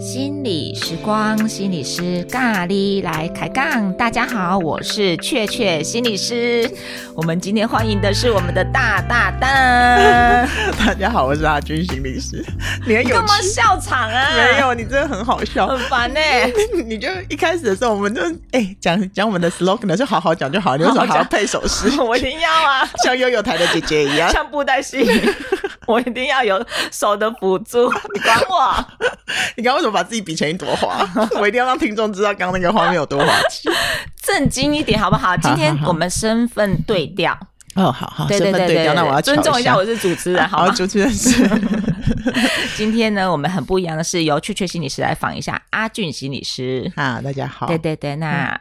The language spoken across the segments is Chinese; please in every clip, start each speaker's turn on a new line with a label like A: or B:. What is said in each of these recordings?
A: 心理时光，心理师咖喱来开杠。大家好，我是雀雀心理师。我们今天欢迎的是我们的大大蛋。
B: 大家好，我是阿军心理师。你很有
A: 干嘛
B: 趣，
A: 笑场啊？
B: 没，有，你真的很好笑
A: 很。烦呢、
B: 你就一开始的时候，我们就哎讲讲我们的 slogan 的时候，好好讲就好，你为什么还要配手势？
A: 我一定要 啊，
B: 像悠悠台的姐姐一样，
A: 像布袋戏，我一定要有手的辅助。你管我？
B: 你刚刚为什么把自己比成一朵花？我一定要让听众知道刚刚那个画面有多滑稽。
A: 正经一点好不好？今天我们身份对调，
B: 哦，好好，
A: 对
B: 身
A: 对
B: 份
A: 对
B: 对
A: 对
B: 调，那我要
A: 对尊
B: 瞧
A: 重一下我是主持人，好
B: 好，
A: 吗？
B: 主持人是
A: 今天呢，我们很不一样的是由雀雀心理师来访一下阿俊心理师。
B: 啊，大家好
A: 对，对对，那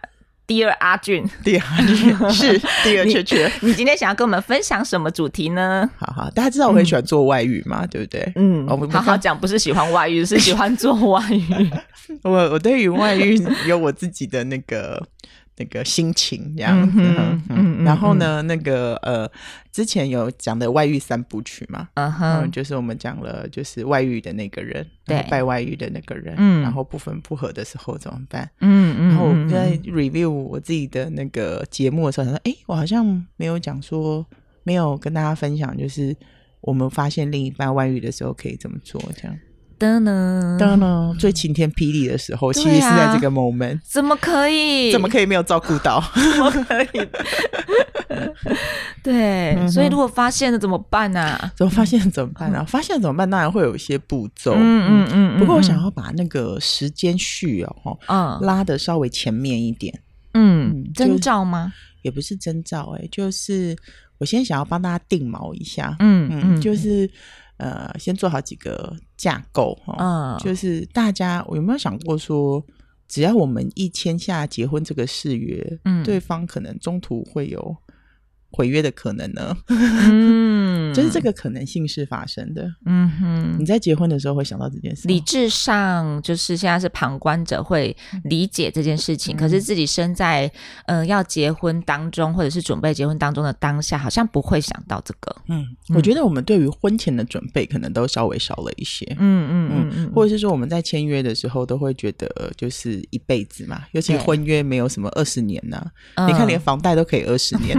A: 第二阿俊，
B: 第二是第二雀雀。
A: 你今天想要跟我们分享什么主题呢？
B: 好好，大家知道我很喜欢做外语嘛，对不对？
A: 嗯
B: 我们
A: 好好讲，不是喜欢外遇，是喜欢做外 遇。
B: 我我对于外遇有我自己的那个那个心情这样子，
A: 嗯
B: 嗯
A: 哼嗯嗯
B: 然后呢，那个呃，之前有讲的外遇三部曲嘛，
A: 嗯
B: 嗯，
A: 哼，
B: 就是我们讲了，就是外遇的那个人，
A: 对
B: 然后拜外遇的那个人，
A: 嗯
B: 然后不分不合的时候怎么办？
A: 嗯嗯，
B: 然后我在
A: 对，
B: review 我自己的那个节目的时候，想说，哎，我好像没有讲说，没有跟大家分享，就是我们发现另一半外遇的时候可以怎么做，这样。
A: 的呢？
B: 当然了，最晴天霹雳的时候，
A: 嗯对
B: 其
A: 啊
B: 实是在这个 moment，、
A: 怎么可以？
B: 怎么可以没有照顾 到？
A: 可以？
B: 嗯
A: 对，所以如果发现了怎么办呢、啊？
B: 怎么发现怎么办啊？发现怎么办？当然会有一些步骤，
A: 嗯嗯嗯嗯
B: 不过我想要把那个时间序哦，哦
A: 嗯
B: 拉的稍微前面一点，
A: 嗯，
B: 嗯
A: 征兆吗？
B: 也不是征兆、哎，就是我先想要帮大家定锚一下，
A: 嗯
B: 嗯，
A: 嗯，
B: 就是呃，先做好几个架构哈、哦
A: 嗯，
B: 就是大家我有没有想过说，只要我们一签下结婚这个誓约，
A: 嗯
B: 对方可能中途会有毁约的可能呢？
A: 嗯，
B: 就是这，个可能性是发生的。
A: 嗯哼，
B: 你在结婚的时候会想到这件事吗，
A: 理智上就是现在是旁观者会理解这件事情，可是自己身在嗯、呃要结婚当中，或者是准备结婚当中的当下，好像不会想到这个。
B: 嗯，我觉得我们对于婚前的准备可能都稍微少了一些。
A: 嗯嗯嗯
B: 或者是说我们在签约的时候都会觉得呃就是一辈子嘛，尤其
A: 对
B: 婚约没有什么二十年呐、
A: 嗯
B: 你看连房贷都可以二十 年，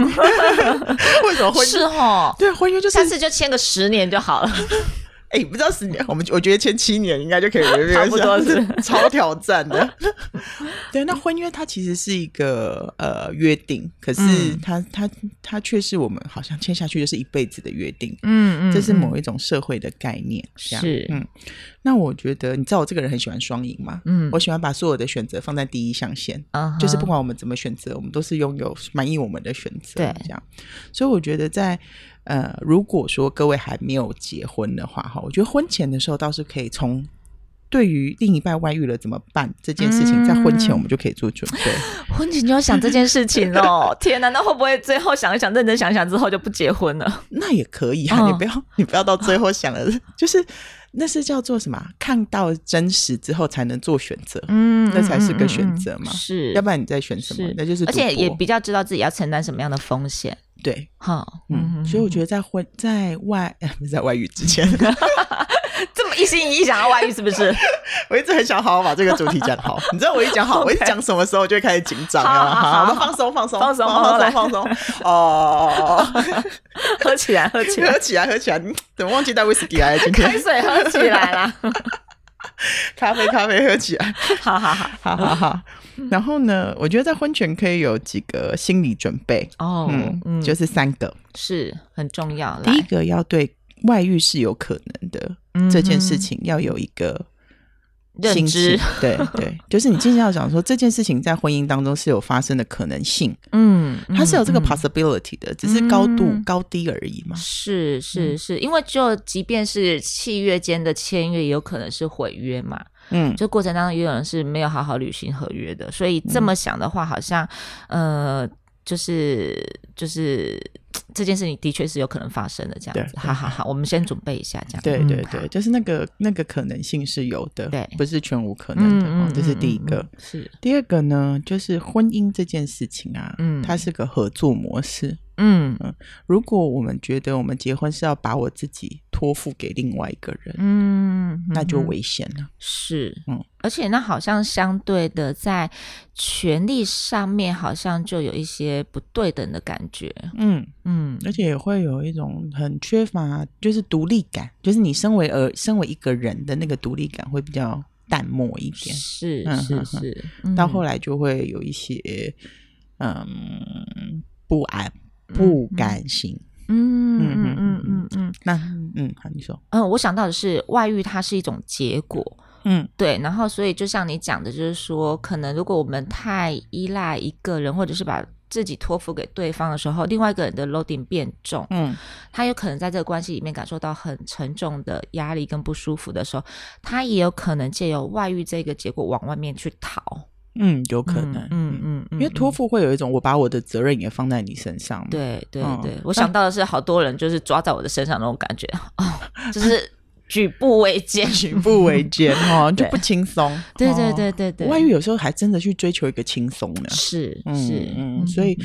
B: 为什么婚
A: 是哦，
B: 对婚约就是
A: 下次就签个十年就好了。
B: 哎、不知道十年，我们我觉得前七年应该就可以 违约，
A: 差不多是
B: 超挑战的。 对，那婚约它其实是一个呃约定，可是
A: 嗯
B: 它、它它却是我们好像签下去就是一辈子的约定，
A: 嗯
B: 这是某
A: 一
B: 一种社会的概念。这样
A: 是
B: 嗯。那我觉得，你知道我这个人很喜欢双赢嘛，
A: 嗯
B: 我喜欢把所有的选择放在第一象限。
A: 嗯
B: 就是
A: 哼
B: 不管我们怎么选择，我们都是拥有满意我们的选择，
A: 对
B: 这样。所以我觉得在呃，如果说各位还没有结婚的话，哈，我觉得婚前的时候倒是可以从。对于另一半外遇了怎么办这件事情，在婚前我
A: 嗯
B: 们就可以做准 备。
A: 婚前就要想这件事情哦。 天哪，那会不会最后想一想，认真想一想之后就不结婚了？
B: 那也可以啊，
A: 嗯
B: 你不要你不要到最后 想了，就是那是叫做什么啊？看到真实之后才能做选择，
A: 嗯
B: 那才是个选择嘛
A: 是，
B: 要不然你再选什么
A: 是？
B: 那就是
A: 而且
B: 赌博
A: 也比较知道自己要承担什么样的风险。
B: 对，
A: 哈，
B: 嗯。所以我觉得在婚在外 不是在外遇之前，
A: 这么一心一意想要外遇，是不是？
B: 我一直很想好好把这个主题讲好， 你知道我一讲好，我一讲什么时候我就会开始紧张
A: 好
B: 啊？
A: 好好
B: 好，我们放松放松
A: 放松
B: 放松
A: 放
B: 放松 哦，
A: 喝起来，喝起来
B: 喝，起来喝起来，嗯怎么忘记带威士忌 来了？今
A: 开
B: 天
A: 水喝起来啦！
B: 咖啡咖啡喝起来，
A: 好好好，
B: 好好好。
A: 嗯
B: 然后呢，我觉得在婚前可以有几个心理准备，
A: 哦，
B: 嗯，
A: 嗯，
B: 就是是三个。
A: 很重要。
B: 第
A: 来
B: 一，个要对外遇是有可能的
A: 嗯哼
B: 这件事情要有一个
A: 认
B: 心
A: 知
B: 情，对对，就是你今天要想说这件事情在婚姻当中是有发生的可能性，
A: 嗯，
B: 它是有这个
A: 嗯
B: possibility 的，只是高度、
A: 嗯
B: 高低而已嘛。
A: 是
B: 嗯
A: 是是，因为就即便是契约间的签约，也有可能是毁约嘛。
B: 嗯，
A: 这过程当中，也有人是没有好好履行合约的，
B: 嗯
A: 所以这么想的话，好像，呃，就是就是这件事情的确是有可能发生的，这样子。
B: 对
A: 好好好，我们先准备一下，这样。
B: 对
A: 嗯
B: 对
A: 好
B: 对，就是那个那个可能性是有的，
A: 对
B: 不是全无可能的。
A: 嗯
B: 哦
A: 嗯
B: 这是第一个。
A: 嗯嗯是，
B: 第二个呢，就是婚姻这件事情啊，
A: 嗯
B: 它是个合作模式。
A: 嗯
B: 如果我们觉得我们结婚是要把我自己托付给另外一个人，
A: 嗯，
B: 那就
A: 嗯
B: 危险了。
A: 是，
B: 嗯
A: 而且那好像相对的，在权力上面好像就有一些不对等的感觉，
B: 嗯，
A: 嗯
B: 而且也会有一种很缺乏，就是独立感，就是你身为而身为一个人的那个独立感会比较淡漠一点，
A: 是嗯
B: 嗯
A: 是
B: 哼哼
A: 是，
B: 到后
A: 来
B: 来就会有一些嗯不安、不甘心。
A: 嗯嗯
B: 嗯嗯
A: 嗯
B: 嗯
A: 嗯嗯
B: 那嗯，好，你说，
A: 嗯，我想到的是外遇，它是一种结果，
B: 嗯
A: 对，然后所以就像你讲的，就是说，可能如果我们太依赖一个人，或者是把自己托付给对方的时候，另外一个人的 loading 变重，
B: 嗯，
A: 他有可能在这个关系里面感受到很沉重的压力跟不舒服的时候，他也有可能借由外遇这个结果往外面去逃，
B: 嗯，有可能，
A: 嗯嗯嗯，
B: 因为托
A: 付。
B: 付会有一种我把我的责任也放在你身上嘛，
A: 对对
B: 嗯
A: 对，
B: 那
A: 我想到的是好多人就是抓在我的身上那种感觉，哦， 就是举步维艰。
B: 举 步维艰哈，就不轻松。
A: 对对
B: 哦
A: 对对对，
B: 外遇有时候还真的去追求一个轻松的，
A: 是
B: 嗯
A: 是，
B: 嗯，所以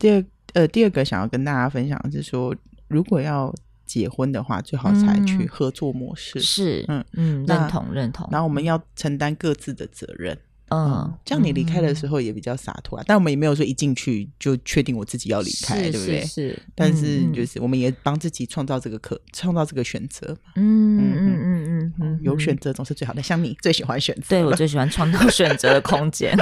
B: 第二呃第二个想要跟大家分享的是说，如果要结婚的话，最好采取
A: 嗯
B: 合作模式，
A: 是嗯
B: 嗯
A: 嗯
B: 那
A: 认同认同，
B: 然后我们要承担各自的责任，
A: 嗯，
B: 这样你离开的时候也比较洒脱啊。但我们也没有说一进去就确定我自己要离开，
A: 是
B: 对不对
A: 是？是，嗯
B: 但是就是是我们也帮自己创造这个可创造这个选择，
A: 嗯嗯
B: 嗯嗯
A: 嗯嗯嗯，
B: 有
A: 嗯
B: 选择总是最好的。像你最喜欢选择，
A: 对我最喜欢创造选择的空间。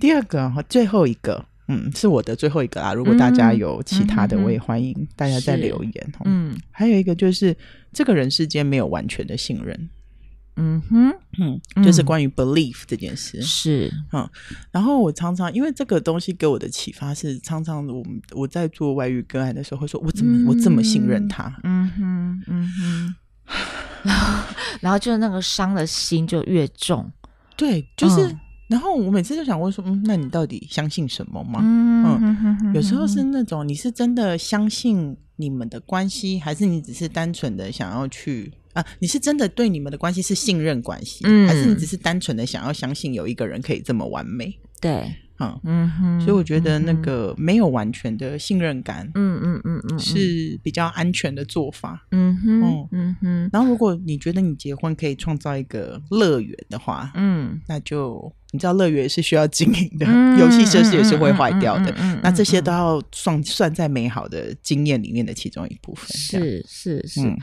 B: 第二个哈，最后一个，嗯，是我的最后一个啦。如果大家
A: 嗯
B: 有其他的，
A: 嗯嗯嗯
B: 我也欢迎大家再
A: 是
B: 留言。哦
A: 嗯
B: 还有一个就是这个人世间没有完全的信任，
A: 嗯哼，
B: 嗯
A: 嗯，
B: 就是关于 belief 这件事。
A: 是
B: 然后我常常因为这个东西给我的启发是，常常我们我在做外遇个案的时候，会说我怎么、我这么信任他？
A: 嗯哼嗯哼，然后就是那个伤的心就越重。
B: 对，就是。
A: 嗯
B: 然后我每次就想问说，嗯，那你到底相信什么吗？
A: 嗯哼哼哼
B: 有时候是那种你是真的相信你们的关系，还是你只是单纯的想要去啊？你是真的对你们的关系是信任关系，
A: 嗯
B: 还是你只是单纯的想要相信有一个人可以这么完美？
A: 对，
B: 嗯，
A: 嗯哼，
B: 所以我觉得那
A: 嗯哼，
B: 个没有完全的信任感
A: 嗯嗯嗯嗯，嗯，
B: 是比较安全的做法。
A: 嗯哼
B: 哦，
A: 嗯哼，
B: 然后，如果你觉得你结婚可以创造一个乐园的话，
A: 嗯，
B: 那就你知道乐园是需要经营的，
A: 嗯
B: 游戏设施也是会坏掉的。，
A: 嗯嗯嗯嗯嗯嗯
B: 那这些
A: 嗯
B: 都要算算在美好的经验里面的其中一部分。这样，
A: 是是是，
B: 嗯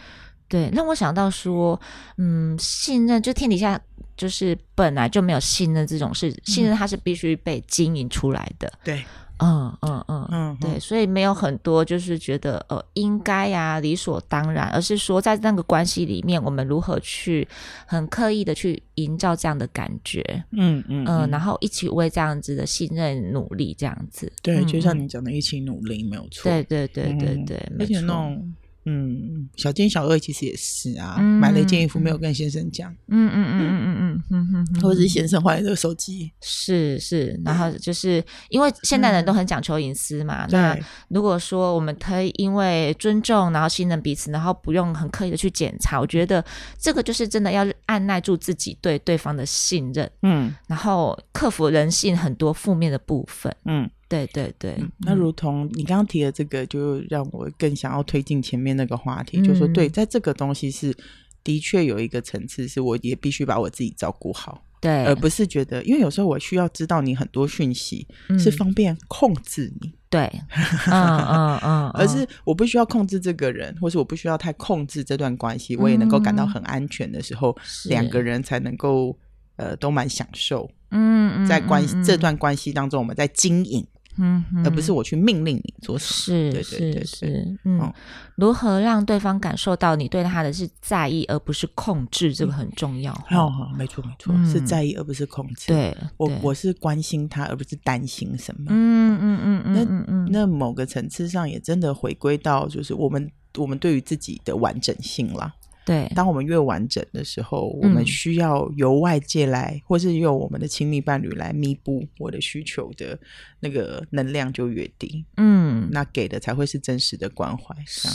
A: 对，让我想到说，嗯，信任就天底下就是本来就没有信任这种事，信任它是必须被经营出来的。
B: 对，
A: 嗯嗯嗯，
B: 嗯，
A: 对，所以没有很多就是觉得呃应该呀、理所当然，而是说在那个关系里面，我们如何去很刻意的去营造这样的感觉，
B: 嗯嗯
A: 嗯、然后一起为这样子的信任努力，这样子。
B: 对，
A: 嗯
B: 就像
A: 嗯
B: 你讲的，一起努力没有错。
A: 对对对对
B: 嗯
A: 对，没
B: 而且
A: 错
B: 那种嗯，小奸小恶其实也是啊，
A: 嗯
B: 买了一件衣服
A: 嗯
B: 没有跟先生讲，
A: 嗯嗯嗯嗯嗯嗯嗯嗯，
B: 或者是先生换了这个手机，
A: 是是，然后就是因为现代人都很讲求隐私嘛，那
B: 对
A: 如果说我们可以因为尊重，然后信任彼此，然后不用很刻意的去检查，我觉得这个就是真的要按耐住自己对对方的信任，
B: 嗯
A: 然后克服人性很多负面的部分。
B: 嗯，
A: 对对对，嗯
B: 那如同你刚刚提的这个，就让我更想要推进前面那个话题，就是说
A: 嗯
B: 对，在这个东西是的确有一个层次，是我也必须把我自己照顾好，
A: 对，
B: 呃而不是觉得，因为有时候我需要知道你很多讯息，
A: 嗯
B: 是方便控制你，
A: 对，嗯嗯嗯，
B: 而
A: 嗯
B: 是我不需要控制这个人，或是我不需要太控制这段关系，我也能够感到很安全的时候，
A: 嗯是
B: 两个人才能够呃都蛮享受
A: 嗯嗯
B: 在关系、
A: 嗯
B: 这段关系当中，我们在经营，
A: 嗯嗯
B: 而不是我去命令你做什
A: 是
B: 么。对对
A: 是
B: 对对
A: 是，嗯
B: 哦，
A: 如何让对方感受到你对他的是在意，而不是控制，这个很重要。
B: 哦，好没错没错，
A: 嗯
B: 是在意而不是控制。，
A: 对，
B: 我
A: 对
B: 我是关心他，而不是担心什么。
A: 嗯嗯嗯嗯嗯嗯，
B: 那某个层次上也真的回归到，就是我们我们对于自己的完整性啦。
A: 对，
B: 当我们越完整的时候，我们
A: 嗯
B: 需要由外界来，或是由我们的亲密伴侣来弥补我的需求的那个能量就越低，
A: 嗯，
B: 那给的才会是真实的关怀。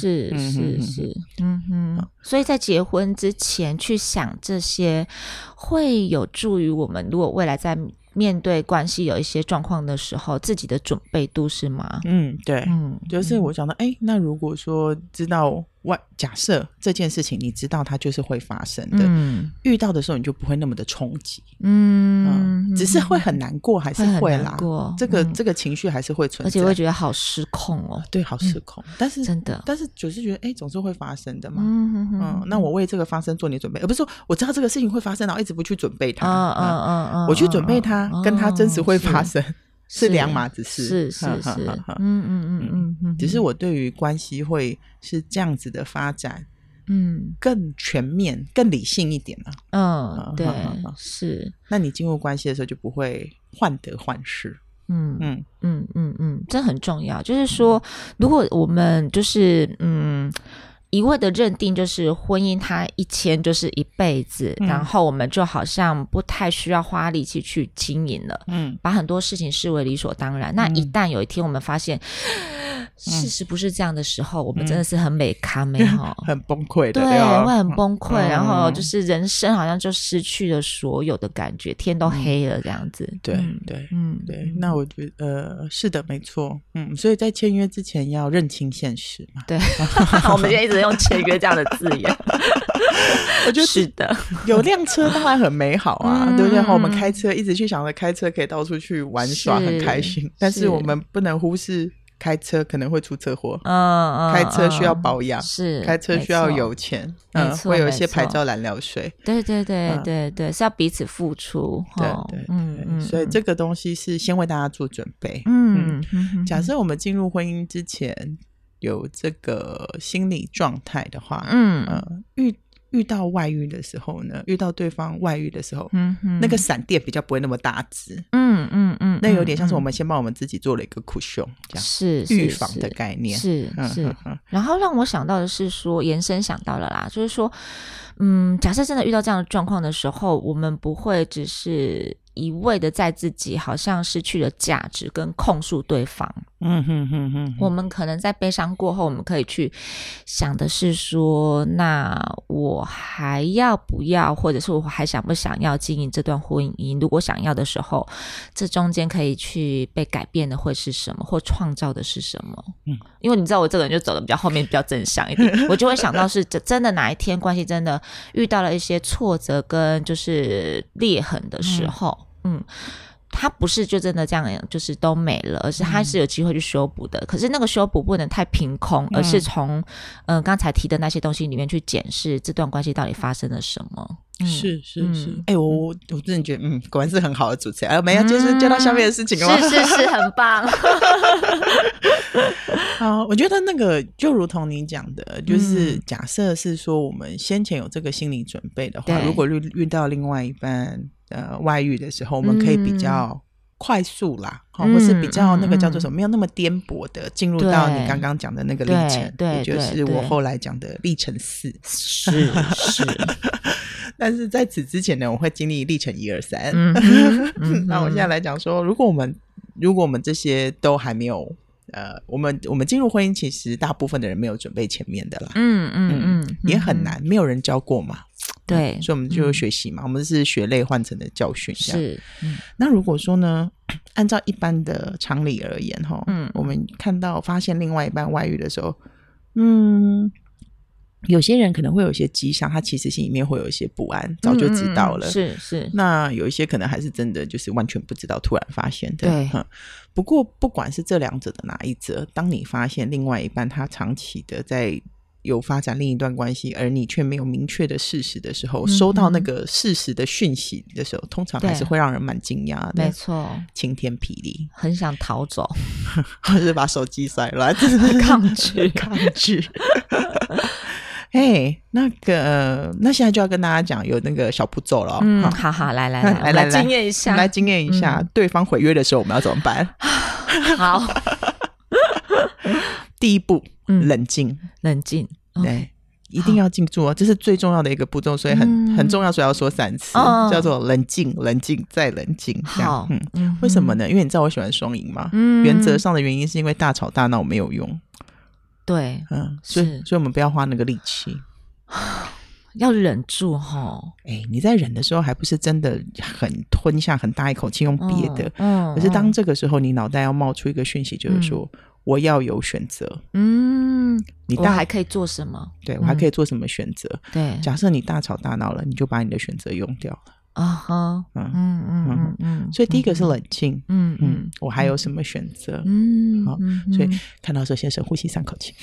B: 这
A: 是
B: 样嗯
A: 是
B: 哼
A: 是，嗯哼，所以在结婚之前去想这些，会有助于我们如果未来在面对关系有一些状况的时候，自己的准备度是吗？
B: 嗯，对，
A: 嗯，
B: 就是我想到，哎、那如果说知道外假设这件事情，你知道它就是会发生的，
A: 嗯
B: 遇到的时候你就不会那么的冲击，
A: 嗯，
B: 只是会很难过，还是
A: 会很
B: 会
A: 难
B: 啦，
A: 过
B: 这个、
A: 嗯
B: 这个情绪还是会存在，
A: 而且会觉得好失控哦，
B: 对，好失控，但是
A: 真的。
B: 但是就是觉得，哎、总是会发生的嘛。嗯
A: 嗯哼哼
B: 那我为这个发生做点准备，而不是说我知道这个事情会发生，然后一直不去准备它。
A: 嗯嗯
B: 嗯
A: 嗯嗯，
B: 我去准备它，
A: 嗯
B: 跟它真实会发
A: 是
B: 生是两码子事。
A: 是是
B: 哼
A: 是，
B: 哼哼
A: 嗯
B: 哼
A: 嗯嗯嗯嗯，
B: 只是我对于关系会是这样子的发展
A: 嗯
B: 更全面、更理性一点啊。
A: 嗯，对
B: 嗯嗯，
A: 是，
B: 那你进入关系的时候就不会患得患失。
A: 嗯
B: 嗯
A: 嗯嗯嗯，这很重要。就是说，如果我们就是嗯。一味的认定就是婚姻，它一签就是一辈子，
B: 嗯
A: 然后我们就好像不太需要花力气去经营了，
B: 嗯
A: 把很多事情视为理所当然。那一旦有一天我们发现、
B: 嗯
A: 事实不是这样的时候，我们真的是很美咖 没哈，
B: 哦很崩溃的
A: 对，
B: 吧，
A: 会很崩溃，
B: 嗯
A: 然后就是人生好像就失去了所有的感觉，天都黑了这样子。
B: 对
A: 嗯
B: 对
A: 嗯，
B: 对，那我觉得呃是的，没错，嗯，所以在签约之前要认清现实嘛。
A: 对， 我们现在一直用签约这样的字眼，
B: 我觉得
A: 是的，
B: 有辆车当然很美好啊，
A: 嗯
B: 对不对？好，我们开车一直去想着开车可以到处去玩耍，
A: 是
B: 很开心，但是
A: 是
B: 我们不能忽视开车可能会出车祸，
A: 嗯嗯，
B: 开车需要
A: 嗯
B: 保养，
A: 是
B: 开车需要，有钱，
A: 没
B: 嗯，
A: 错
B: 会有一些
A: 没错
B: 牌照燃料税，
A: 没错对对对
B: 嗯
A: 对对，是要彼此付出，
B: 对
A: 吼
B: 对
A: 嗯
B: 对，
A: 嗯，
B: 所以这个东西是先为大家做准备。
A: 嗯，嗯
B: 假设我们进入婚姻之前有这个心理状态的话，
A: 嗯嗯
B: 呃，遇遇到外遇的时候呢，遇到对方外遇的时候，
A: 嗯哼
B: 那个闪电比较不会那么大只，
A: 嗯嗯嗯，
B: 那有点像是我
A: 们
B: 们先帮我们自己做了一个苦胸，这样
A: 是是
B: 预防的
A: 是
B: 概念。
A: 是
B: 嗯
A: 是
B: 哼，哼
A: 然后让我想到的是说，延伸想到了啦，就是说，嗯，假设真的遇到这样的状况的时候，我们不会只是一味的在自己好像失去了价值跟控诉对方，
B: 嗯哼哼哼
A: 我们可能在悲伤过后，我们可以去想的是说，那我还要不要，或者是我还想不想要经营这段婚姻？如果想要的时候，这中间可以去被改变的会是什么，或创造的是什么？嗯，因为你知道我这个人就走的比较后面，比较正向一点，我就会想到是真真的哪一天关系真的遇到了一些挫折跟就是裂痕的时候，嗯它不是就真的这样，就是都没了，而是它
B: 嗯
A: 是有机会去修补的。可是那个修补不能太凭空，而是从嗯刚、才提的那些东西里面去检视这段关系到底发生了什么。嗯，
B: 是是
A: 嗯
B: 是，哎、我我我真的觉得，嗯，果然是很好的主持人。哎我们要接触接到下面的事情哦。
A: 嗯是是是，很棒。
B: 好，我觉得那个就如同你讲的，
A: 嗯
B: 就是假设是说我们先前有这个心理准备的话，
A: 对
B: 如果遇遇到另外一半呃外遇的时候，我们可以比较快速啦，好、
A: 嗯
B: 或是比较那个叫做什么，没有那么颠簸的进入到
A: 对
B: 你刚刚讲的那个历程，
A: 对对
B: 也就是
A: 对对
B: 我后来讲的历程四。
A: 是是，
B: 但是在此之前呢，我会经历历程一二三。
A: 嗯哼，嗯
B: 那我现在
A: 哼
B: 来讲说，如果我们如果我们这些都还没有，呃，我们我们进入婚姻，其实大部分的人没有准备前面的啦，
A: 嗯嗯嗯，
B: 也很
A: 嗯。
B: 难，没有人教过嘛，嗯
A: 对，嗯
B: 所以我们就有学习嘛，我们是血泪换成的教训。这样。
A: 是，嗯
B: 那如果说呢，按照一般的常理而言，哈，
A: 嗯
B: 我们看到发现另外一半外遇的时候，嗯。有些人可能会有一些迹象，他其实心里面会有一些不安，早就知道
A: 嗯
B: 了。
A: 嗯嗯是是，
B: 那有一些可能还是真的就是完全不知道，突然发现的。
A: 对
B: 嗯不过不管是这两者的哪一者，当你发现另外一半他长期的在有发展另一段关系，而你却没有明确的事实的时候，
A: 嗯
B: 收到那
A: 嗯
B: 个事实的讯息的时候，通常
A: 对啊
B: 还是会让人蛮惊讶
A: 没
B: 的。
A: 错，
B: 晴天霹雳，
A: 很想逃 走，
B: 或者是把手机摔乱，
A: 抗拒
B: 抗 拒。哎，那个，那现在就要跟大家讲有那个小步骤了哦。
A: 嗯，
B: 好
A: 好好，来来
B: 来
A: 来，我们
B: 来
A: 来
B: 来
A: 经验一
B: 我
A: 下，
B: 们来经验一下，对方毁约的时候我们要怎么办？
A: 好，
B: 第一步，
A: 嗯
B: 冷静，
A: 冷静。
B: 对，一定要记住哦，这是最重要的一个步骤，所以很、
A: 嗯
B: 很重要，所以要说三次，
A: 哦
B: 叫做冷静、冷静再冷静。这样
A: 好
B: 嗯，
A: 嗯
B: 为什么呢？因为你知道我喜欢双赢嘛。
A: 嗯
B: 原则上的原因是因为大吵大闹没有用，
A: 对，
B: 嗯，所以
A: 是
B: 所以我们不要花那个力气。
A: 要忍住哈，
B: 哎，你在忍的时候，还不是真的很吞下很大一口气用憋的，
A: 嗯，嗯，
B: 可是当这个时候，你脑袋要冒出一个讯息，就是说、我要有选择，
A: 嗯，
B: 你
A: 我
B: 大
A: 还嗯可以做什么？
B: 对我还可
A: 以
B: 以做什么选择？
A: 对，
B: 假设你大吵大闹了，你就把你的选择用掉了。
A: 啊哈，嗯
B: 嗯
A: 嗯嗯嗯，
B: 所以第一个是冷静，
A: 嗯
B: 嗯，
A: 嗯
B: 我还有什么选择？
A: 嗯，
B: 好
A: 嗯
B: 所以
A: 嗯
B: 看到说先深呼吸三口 气，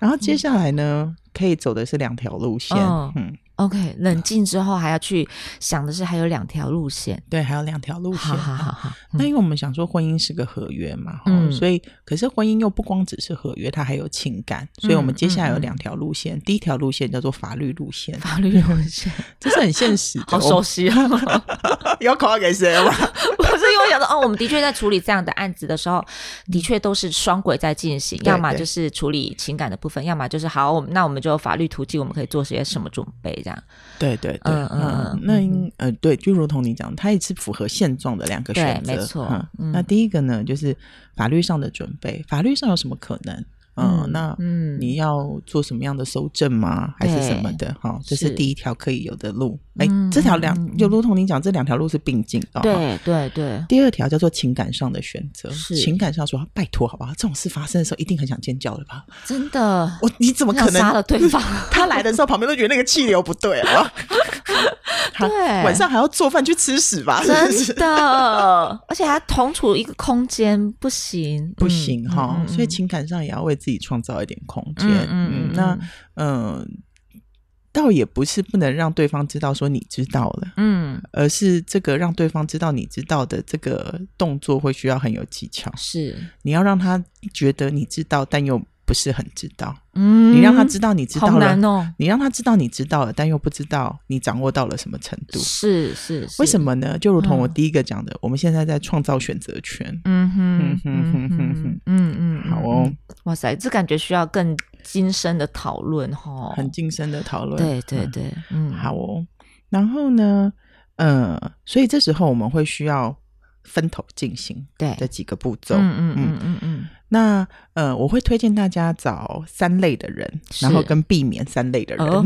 B: 然后接
A: 嗯
B: 下来呢，可以走的是两条路线，
A: 哦
B: 嗯，
A: OK，冷静之后还要去想的是还有两条路线，
B: 对，还有两条路线，
A: 好好好好，
B: 那因为我们想说婚姻是个合约嘛，哈、
A: 嗯
B: 所以可是婚姻又不光只是合约，它还有情感，所以
A: 嗯
B: 我们接下来有两条路线，第一条路线叫做法律路线，
A: 法律路线
B: 这是很现实的，
A: 好熟悉啊！
B: 我们要考给谁啊 吗？
A: 我是因为想说，哦，我们的确在处理这样的案子的时候，的确都是双轨在进行，
B: 对
A: 要么
B: 对
A: 就是处理情感的部分，要么就是好，我们那我们就有法律途径，我们可以做些什么准备这样。
B: 对对对，
A: 嗯
B: 嗯
A: 嗯嗯
B: 那应呃对，就如同你讲，它也是符合现状的两个
A: 对
B: 选择，
A: 没错嗯
B: 嗯。那第一个呢，就是法律上的准备，法律上有什么可能？嗯，
A: 嗯
B: 那
A: 嗯
B: 你要做什么样的搜证吗？还是什么的？哈、这是
A: 是
B: 第一条可以有的路。哎、
A: 嗯
B: 这条
A: 嗯
B: 两、
A: 嗯
B: 就如同你讲，这两条路是并进的、哦。哈。
A: 对对对，
B: 第二条叫做情感上的选择，
A: 是
B: 情感上说拜托好不好？这种事发生的时候，一定很想尖叫了吧？
A: 真的，
B: 我你怎么
A: 想
B: 可能
A: 杀了对 方
B: 他来的时候，旁边都觉得那个气流不对 啊。他
A: 对
B: 晚上还要做饭去吃屎吧？是不是
A: 哎真的，而且还同处一个空间，不行，
B: 不行
A: 嗯
B: 哈
A: 嗯，嗯
B: 所以情感上也要为自己创造一点空间。
A: 嗯嗯嗯
B: 那嗯，倒也不是不能让对方知道说你知道了。
A: 嗯，
B: 而是这个让对方知道你知道的这个动作会需要很有技巧，
A: 是，
B: 你要让他觉得你知道，但又不是很知道。
A: 嗯，
B: 你让他知道你知道
A: 好
B: 了，
A: 难哦，
B: 你让他知道你知道了，但又不知道你掌握到了什么程度。
A: 是是，是
B: 为什？么呢？就如同我
A: 嗯
B: 第一个讲的，我们现在在创造选择权。
A: 嗯哼，嗯哼嗯
B: 嗯哼哼
A: 哼
B: 哼
A: 嗯嗯，
B: 好哦
A: 嗯，，哇塞，这感觉需要更精深的讨论哈，
B: 很精深的讨
A: 嗯
B: 论。
A: 对对对，嗯，
B: 好哦。然后呢，呃，所以这时候我们会需要分头进行
A: 对，
B: 的几个步骤。
A: 嗯嗯嗯嗯嗯，
B: 那呃，我会推荐大家找三类的人，
A: 是
B: 然后跟避免三类的人。
A: 哦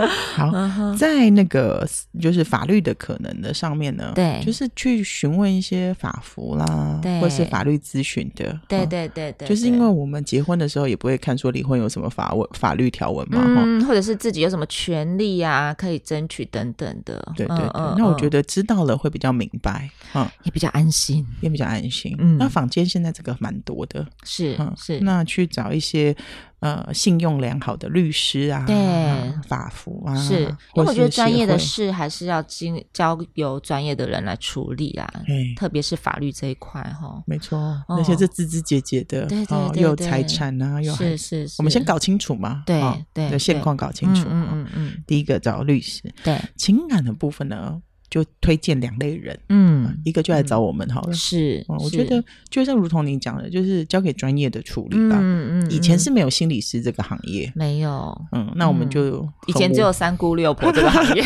B: 好，
A: 嗯哼，
B: 在那个就是法律的可能的上面呢，
A: 对
B: 就是去询问一些法服啦，
A: 对
B: 或是法律咨询的，
A: 对
B: 嗯
A: 对对对，
B: 就是因
A: 对
B: 为我们结婚的时候也不会看说离婚有什么法文法律条文嘛，哈、
A: 嗯，或者是自己有什么权利啊，可以争取等等的，
B: 对对
A: 嗯
B: 对，
A: 嗯
B: 那我觉
A: 嗯
B: 得知道了会比较明白，嗯，
A: 也比较安心，
B: 也比较安心。
A: 嗯
B: 那坊间现在这个蛮多的，
A: 是
B: 嗯，
A: 是，
B: 那去找一些呃信用良好的律师啊，
A: 对
B: 法服啊，
A: 是，因
B: 或
A: 为我觉得
B: 是
A: 专
B: 协
A: 业的
B: 会
A: 事还是要经交由专业的人来处理啊，
B: 哎
A: 特别是法律这一块哈。
B: 没错，那些这枝枝节节的，
A: 哦对对
B: 哦
A: 对
B: 又有
A: 对
B: 财产啊，又有孩
A: 是
B: 子
A: 是是，
B: 我们先搞清楚嘛，
A: 对
B: 哦
A: 对
B: 的
A: 对
B: 现况搞清
A: 嗯
B: 楚。
A: 嗯
B: 哦
A: 嗯嗯，
B: 第一个找律师，
A: 对，
B: 情感的部分呢，就推荐两类人，
A: 嗯，
B: 一个就来找我们好了。
A: 是，
B: 哦，我
A: 是
B: 觉得就像如同你讲的，就是交给专业的处理
A: 嗯
B: 吧。
A: 嗯嗯，
B: 以前
A: 嗯
B: 是没有心理师这个行业，
A: 没有，
B: 嗯，那我们
A: 嗯
B: 就很
A: 以前只有三姑六婆这个 行业，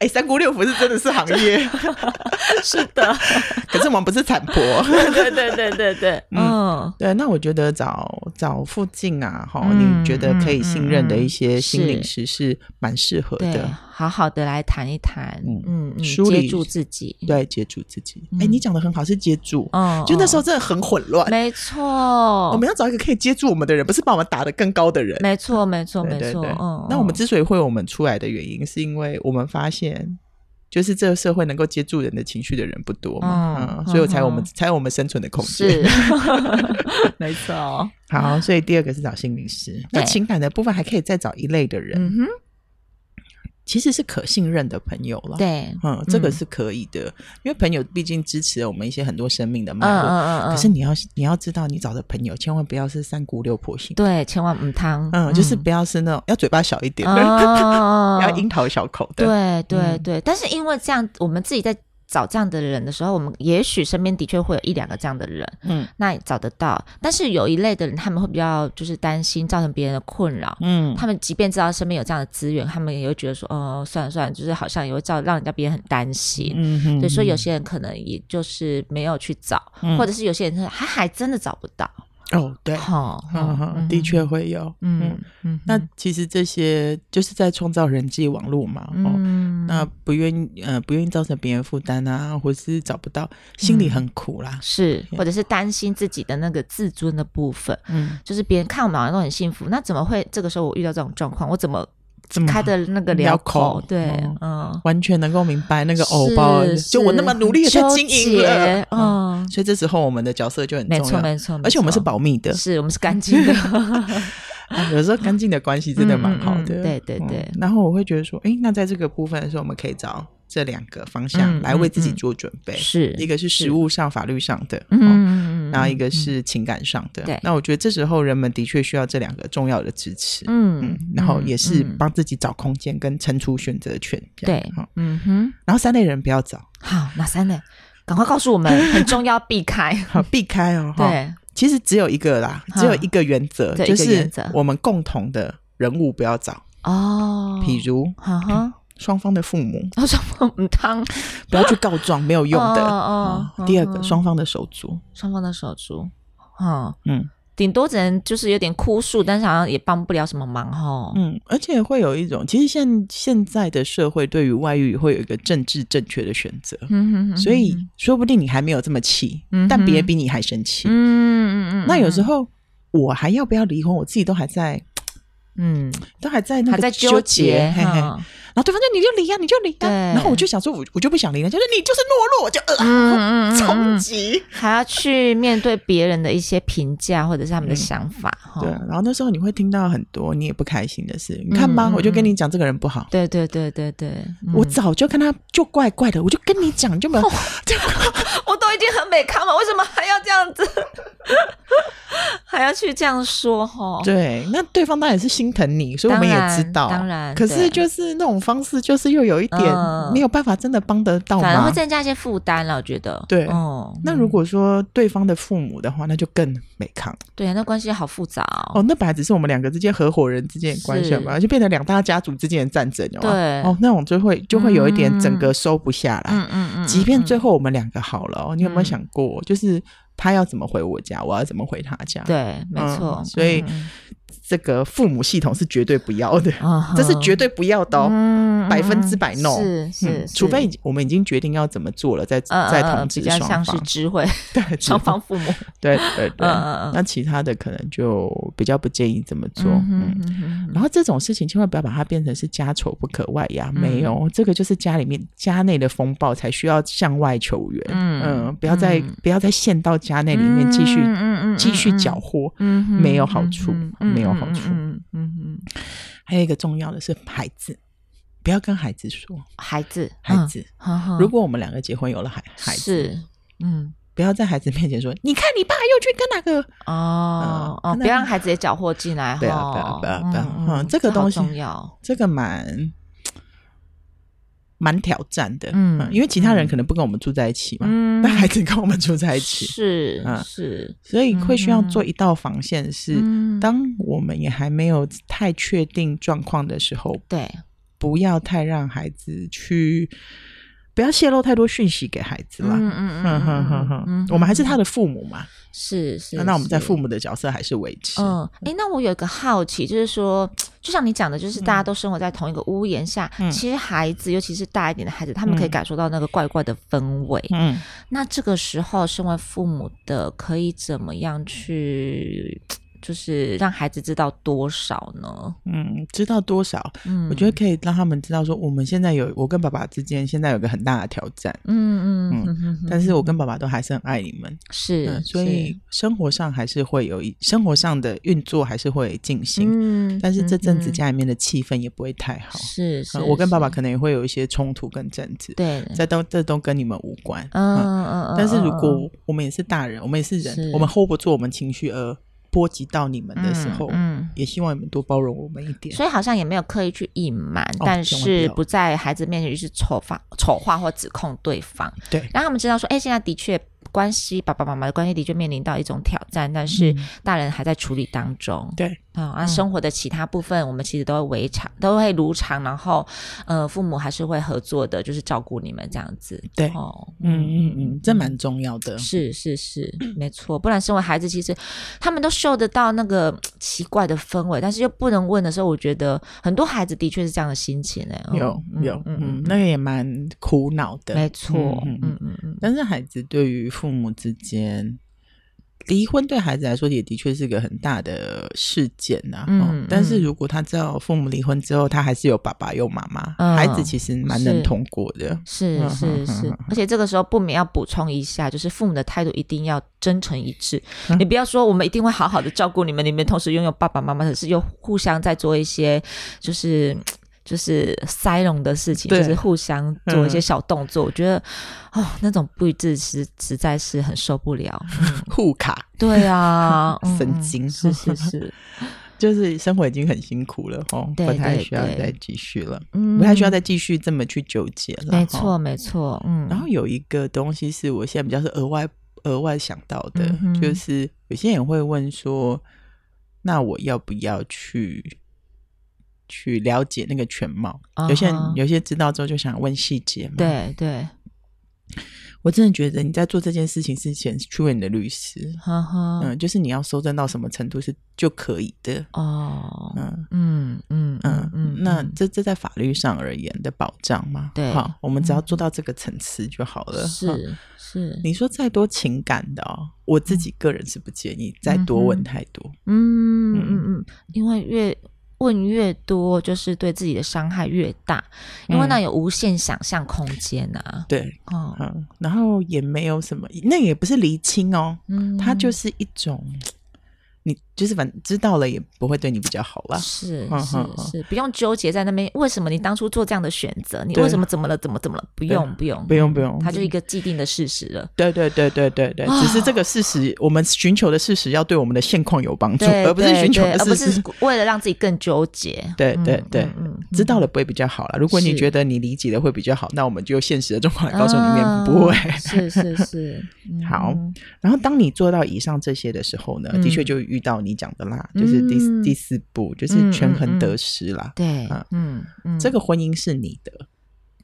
B: 哎三姑六婆是真的是行业，
A: 是的，
B: 可是我们不是产婆。
A: 对对对对对对，嗯，
B: 对，那我觉得找找附近啊，哈、
A: 嗯
B: 你觉得可以信任的一些心
A: 嗯嗯
B: 理师是蛮适合
A: 对，
B: 的，
A: 好好的来谈一谈，
B: 嗯
A: 嗯嗯，
B: 梳
A: 接
B: 理
A: 住自己，
B: 对，接住自己。哎、
A: 嗯
B: 你讲的很好，是接住，
A: 嗯，
B: 就那时候
A: 嗯，
B: 真的很混乱。
A: 没错，
B: 我们要找一个可以接住我们的人，不是把我们打得更高的人。
A: 没错没错
B: 对
A: 没
B: 对
A: 错，
B: 对
A: 嗯，
B: 那我们
A: 嗯
B: 之所以会我们出来的原因，是因为我们发现，就是这个社会能够接住人的情绪的人不多嘛，
A: 嗯
B: 嗯，所以我才有我们、
A: 嗯
B: 才有我们生存的空间。
A: 是， 没
B: 哦
A: 错，
B: 好，所以第二个是找心理师。那
A: 对
B: 情感的部分还可以再找一类的人，
A: 嗯
B: 其实是可信任的朋友了。
A: 哼，。对，
B: 嗯，这个是可以的，因为朋友毕竟支持了我们一些很多生命的
A: 嗯
B: 脉
A: 嗯
B: 络。
A: 嗯嗯，
B: 可是你要你要知道，你找的朋友千万不要是三姑六婆型，
A: 对，千万唔汤，
B: 嗯，就是不要是那种要嘴巴小一 点的，
A: 哦，
B: 要樱桃小口的。
A: 对对
B: 嗯
A: 对，但是因为这样，我们自己在找这样的人的时候，我们也许身边的确会有一两个这样的人，
B: 嗯
A: 那也找得到。但是有一类的人，他们会比较就是担心造成别人的困扰，
B: 嗯，
A: 他们即便知道身边有这样的资源，他们也会觉得说，哦，算了算了，就是好像也会造让人家别人很担心。
B: 嗯哼
A: 所以说，有些人可能也就是没有去找，
B: 嗯
A: 或者是有些人他他还真的找不到。
B: 哦，对，
A: 好，
B: 嗯哼，的确会有，
A: 嗯，嗯，
B: 那其实这些就是在创造人际网络嘛，哦，
A: 嗯，
B: 那不愿意呃不愿意造成别人负担啊，或是找不到，
A: 嗯
B: 心里很苦啦，
A: 是，或者是担心自己的那个自尊的部分，
B: 嗯，
A: 就是别人看我们好像都很幸福，那怎么会这个时候我遇到这种状况，我怎么
B: 怎么
A: 开的那个
B: 聊
A: 聊
B: 口
A: 口？对，嗯，
B: 完全能够明白那个
A: 是
B: 偶包，啊就我那么努力的
A: 是
B: 在
A: 很
B: 经营
A: 纠
B: 了哦
A: 结，嗯，
B: 所以这时候我们的角色就很
A: 没
B: 重
A: 错
B: 要，
A: 没错，没
B: 而且我们是
A: 错
B: 保密的，
A: 是我们是干净 的，
B: 啊 有时候干净的关系真的蛮好
A: 嗯
B: 的，
A: 嗯嗯对对对
B: 然后我会觉得说，诶，那在这个部分的时候，我们可以找这两个方向
A: 嗯
B: 来为自己
A: 嗯嗯
B: 做准备，
A: 是
B: 一个是实物上、法律上的，
A: 嗯
B: 嗯，
A: 嗯，嗯
B: 然后一个
A: 嗯
B: 是情感上的。
A: 对
B: 那我觉得这时候人们的确需要这两个重要的支持，
A: 嗯
B: 嗯，然后
A: 嗯
B: 也是
A: 嗯
B: 帮自己找空间跟撑出选择权，这样
A: 对
B: 好，
A: 嗯哼，
B: 然后三类人不 要找，
A: 好，哪三类？赶快告诉我们，很重要，避开。
B: 好避开哦，哈，
A: 对，
B: 其实只有一个啦，
A: 嗯
B: 只有一个原则，
A: 对
B: 就
A: 一个
B: 是
A: 原则
B: 我们共同的人物不要找，
A: 哦，
B: 比如
A: 哈哈，
B: 双方的父母，
A: 我说我们汤
B: 不要去告状，没有用的。
A: 哦哦
B: 嗯第二个，
A: 嗯
B: 双方的手足，
A: 双方的手足，嗯，
B: 嗯
A: 顶多只能就是有点哭诉，但是好像也帮不了什么忙吼。
B: 嗯，而且会有一种，其实现现在的社会对于外遇会有一个政治正确的选择，
A: 嗯哼哼
B: 所以说不定你还没有这么气，
A: 嗯哼
B: 但别人比你还生气。
A: 嗯嗯嗯，
B: 那有时
A: 候
B: 候我还要不要离婚，我自己都还在
A: 嗯
B: 都还在那
A: 还
B: 个
A: 在
B: 纠
A: 纠
B: 结，
A: 结，
B: 嘿嘿。
A: 嗯
B: 然后对方就你就离呀、你就离呀、
A: 对
B: 然后我就想说我我就不想离了，就是你就是懦弱，我就呃
A: 嗯嗯嗯
B: 冲
A: 嗯，
B: 击。
A: 还要去面对别人的一些评价或者是他们的想法哈
B: 嗯对，。啊然后那时候你会听到很多你也不开心的事。你看吧，
A: 嗯嗯
B: 我就跟你讲这个人不好，
A: 对对对对对，嗯
B: 我早就看他就怪怪的，我就跟你讲你就没有。
A: 我都已经很美康了，为什么还要这样子， 还要去这样说吼？
B: 对，那对方当然是心疼你，所以我们也知道，
A: 当然当然
B: 可是
A: 对
B: 就是那种方式，就是又有一点
A: 嗯
B: 没有办法真的帮得到
A: 反而
B: 嘛
A: 会。增加一些负担了，我觉得。
B: 对
A: 哦，
B: 那如果说对方的父母的话，那就更没抗
A: 对，那关系好复杂哦。
B: 哦。那本来只是我们两个之间合伙人之间的关系
A: 是
B: 嘛，就变成两大家族之间的战争哦。
A: 对
B: 哦，那种就会就会有一点整个
A: 嗯
B: 收不下来。
A: 嗯嗯嗯，
B: 即便
A: 嗯
B: 最后我们两个好了、哦，你有没有
A: 嗯
B: 想过，就是他要怎么回我家，我要怎么回他家？，
A: 对，没
B: 嗯
A: 错，
B: 所以
A: 嗯
B: 这个父母系统是绝对不要的，
A: 嗯哼
B: 这是绝对不要的、哦，
A: 嗯嗯
B: 百分之百
A: 嗯
B: no。
A: 是是
B: 嗯，
A: 是
B: 除非已经我们已经决定要怎么做了，再
A: 呃呃
B: 再通
A: 呃
B: 知
A: 比较
B: 双
A: 像是
B: 方。
A: 知会
B: 对，
A: 双方父母。
B: 对对对。
A: 嗯嗯嗯
B: 那其他的可能就比较不建议这么做。
A: 嗯哼
B: 嗯，
A: 嗯哼
B: 然后这种事情千万不要把它变成是家丑不可外扬，
A: 嗯
B: 没有，这个就是家里面家内的风暴才需要向外求援。嗯
A: 嗯
B: 不要再、
A: 嗯
B: 不要再陷到家内里面继续、
A: 嗯嗯嗯嗯
B: 继续搅
A: 嗯
B: 和。
A: 嗯哼
B: 没有好处
A: 嗯嗯
B: 没有好处
A: 嗯嗯嗯嗯，嗯
B: 还有一个重要的是孩子，不要跟孩子说，
A: 孩子，
B: 孩
A: 嗯，
B: 子，
A: 哼哼
B: 如果我们两个结婚有了孩孩子，
A: 是，嗯，
B: 不要在孩子面前说，你看你爸又去跟那个，
A: 哦
B: 嗯
A: 哦，
B: 那
A: 不要让孩子也搅和进来，
B: 不要
A: 吼
B: 不要不要不要
A: 嗯
B: 嗯这个
A: 好
B: 东西
A: 重要，
B: 这个蛮。蛮挑战的，嗯
A: 嗯
B: 因为其他人可能不跟我们住在一起嘛，
A: 嗯
B: 那孩子跟我们住在一起，
A: 是
B: 嗯
A: 是，
B: 所以会需要
A: 嗯
B: 做一道防线是，
A: 嗯
B: 当我们也还没有太确定状况的时候，
A: 对，
B: 不要太让孩子去，不要泄露太多讯息给孩子啦。
A: 嗯
B: 嗯
A: 嗯
B: 哼哼哼
A: 嗯
B: 哼
A: 嗯，
B: 我们还是他的父母嘛，
A: 是是，
B: 那那我们在
A: 是
B: 父母的角色还是维持。
A: 嗯，哎，那我有一个好奇，就是说，就像你讲的，就是大家都生活在同一个屋檐下，
B: 嗯
A: 其实孩子，尤其是大一点的孩子，他们可以
B: 嗯
A: 感受到那个怪怪的氛围。
B: 嗯，
A: 那这个时候，身为父母的，可以怎么样去，就是让孩子知道多少呢？
B: 嗯，知道多少？
A: 嗯，
B: 我觉得可以让他们知道说，我们现在有我跟爸爸之间现在有个很大的挑战，
A: 嗯，
B: 嗯
A: 嗯嗯嗯，
B: 但是我跟爸爸都还是很爱你们，
A: 是
B: 嗯，，所以生活上还是会有一生活上的运作还是会进
A: 是
B: 行，
A: 嗯，
B: 但是这阵
A: 嗯
B: 子
A: 嗯
B: 家里面的气氛也不会太好。
A: 是是，
B: 嗯我跟爸爸
A: 是
B: 可能也会有一些冲突跟争执，
A: 对，
B: 这都这都跟你们无关。
A: 嗯嗯嗯，
B: 但是如
A: 嗯嗯
B: 果我们也是大人，我们也是人，
A: 是
B: 我们 hold 不住我们情绪而呃波及到你们的时候，
A: 嗯，
B: 也希望你们多包容我们一点。哦
A: 所以好像也没有刻意去隐瞒，但
B: 千
A: 是
B: 万不要
A: 不在孩子面前就是丑化、丑化或指控对方，
B: 对，
A: 让他们知道说，哎、现在的确关系爸爸妈妈的关系的确面临到一种挑战，但是大人还在处理当中。
B: 嗯对，嗯
A: 啊、啊，生活的其他部分我们其实都会围常，都会如常，然后呃，父母还是会合作的，就是照顾你们这样子。
B: 对
A: 哦，
B: 嗯嗯嗯，这蛮重要的。
A: 是是是，没错。不然，身为孩子，其实他们都嗅得到那个嗯奇怪的氛围，但是又不能问的时候，我觉得很多孩子的确是这样的心情哎、嗯
B: 有有，嗯，那个也蛮苦恼的，
A: 没错，嗯
B: 嗯
A: 嗯嗯嗯，
B: 但是孩子对于父母之间，离婚对孩子来说也的确是个很大的事件呐、
A: 嗯
B: 哦但是
A: 嗯
B: 如果他知道父母离婚之后，他还是有爸爸有妈妈，
A: 嗯
B: 孩子其实蛮
A: 是
B: 能通过的。
A: 是
B: 嗯
A: 是
B: 哼
A: 是
B: 哼，
A: 而且这个时候不免要补充一下，就是父母的态度一定要真诚一致。
B: 嗯
A: 你不要说我们一定会好好的照顾你们，你们同时拥有爸爸妈妈，可是又互相在做一些就是。就是塞拢的事情，就
B: 对
A: 是互相做一些
B: 嗯
A: 小动作，我觉得，哦，那种不一致实实在是很受不 了。嗯
B: 护卡
A: 对啊，嗯
B: 神
A: 嗯
B: 经
A: 是是是，
B: 就是生活已经很辛苦了哦，
A: 对
B: 不太
A: 对
B: 需要
A: 对
B: 再继续了，
A: 嗯
B: 不太需要再继续这么去纠结了。
A: 没
B: 哦
A: 错没错，嗯，
B: 然后有一个东西是我现在比较是额外额外想到的，
A: 嗯哼
B: 就是有些人会问说，那我要不要去去了解那个全貌？有些人
A: 啊哈
B: 有些知道之后就想问细节嘛。，
A: 对对，
B: 我真的觉得你在做这件事情之前，去问你的律师，
A: 呵呵，
B: 嗯，就是你要收证到什么程度是就可以的，
A: 哦，
B: 嗯。
A: 嗯嗯
B: 嗯
A: 嗯嗯
B: 嗯，，那这这在法律上而言的保障嘛，
A: 对嗯
B: 好，我们只要做到这个层次就好了。好
A: 是是，
B: 呃你说再多情感的哦，我自己个人是不建议再多问太多。
A: 嗯嗯
B: 嗯
A: 嗯，因为越问越多，就是对自己的伤害越大，因为
B: 嗯
A: 那有无限想象空间啊。
B: 对，
A: 哦，
B: 嗯，然后也没有什么，那也不是厘清哦，
A: 嗯，
B: 它就是一种，你就是反正知道了也不会对你比较好啦。
A: 是
B: 嗯
A: 是
B: 嗯嗯
A: 是，不用纠结在那边。为什么你当初做这样的选择？你
B: 对
A: 为什么怎么了？怎么怎么了？不用不用
B: 不用不用嗯
A: 它就是一个啊既定的事实了。
B: 对对对对对对，只是这个事实，我们寻求的事实要对我们的现况有帮助，
A: 对，
B: 而不是
A: 对
B: 寻求
A: 对
B: 的
A: 而不
B: 事
A: 是
B: 实。
A: 为了让自己更纠结。
B: 对对对
A: 嗯嗯，嗯
B: 知道了不会比较好了。如果你
A: 是
B: 觉得你理解的会比较好，那我们就现实的状况来告诉你面不会。
A: 啊是是是，嗯
B: 好然后，当你做到以上这些的时候呢，
A: 嗯
B: 的确就遇到你讲的啦，就是第
A: 嗯
B: 第四步，就是权衡得失啦。
A: 对
B: 啊，
A: 嗯嗯，
B: 这个婚姻是你的，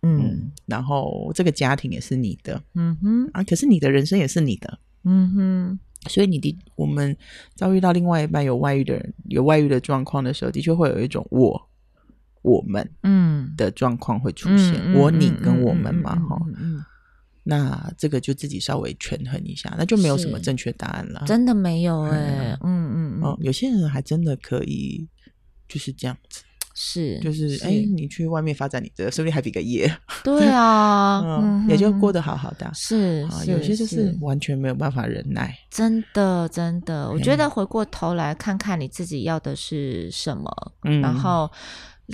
A: 嗯
B: 嗯，然后这个家庭也是你的
A: 嗯哼
B: 啊，可是你的人生也是你的，
A: 嗯哼。
B: 所以你的我们遭遇到另外一半有外遇的人有外遇的状况的时候，的确会有一种我我们
A: 嗯，
B: 的状况会出现，
A: 嗯
B: 我你跟我们嘛，哈、，
A: 嗯嗯嗯嗯嗯嗯嗯嗯
B: 那这个就自己稍微权衡一下，那就没有什么
A: 是
B: 正确答案了
A: 嗯。真的没有哎、
B: 嗯
A: 嗯嗯
B: 哦
A: 嗯，，
B: 有些人还真的可以就是这样子，
A: 是，
B: 就是哎、你去外面发展你的，说不定还比个业，
A: 对啊，
B: 嗯，也就过
A: 得
B: 得好好的啊。
A: 是
B: 啊，
A: 是
B: 有些就是完全没有办法忍耐，
A: 真的真的，我觉得回过头来看看你自己要的是什么，
B: 嗯
A: 然后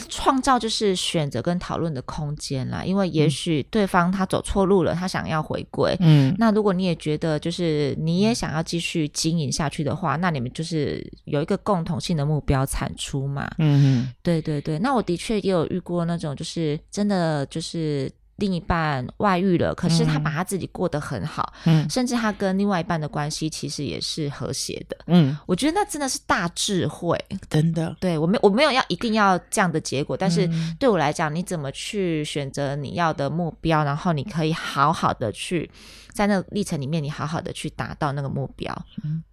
A: 创造就是选择跟讨论的空间啦，因为也许对方他走错路了，他想要回归，
B: 嗯，
A: 那如果你也觉得就是你也想要继续经营下去的话，那你们就是有一个共同性的目标产出嘛。
B: 嗯嗯
A: 对对对，那我的确也有遇过那种就是真的就是。另一半外遇了，可是他把他自己过得很好，
B: 嗯
A: 甚至他跟另外一半的关系其实也是和谐的。
B: 嗯，
A: 我觉得那真的是大智慧。
B: 真的，
A: 对我没我没有要一定要这样的结果，但是
B: 嗯
A: 对我来讲，你怎么去选择你要的目标，然后你可以好好的去在那个历程里面，你好好的去达到那个目标。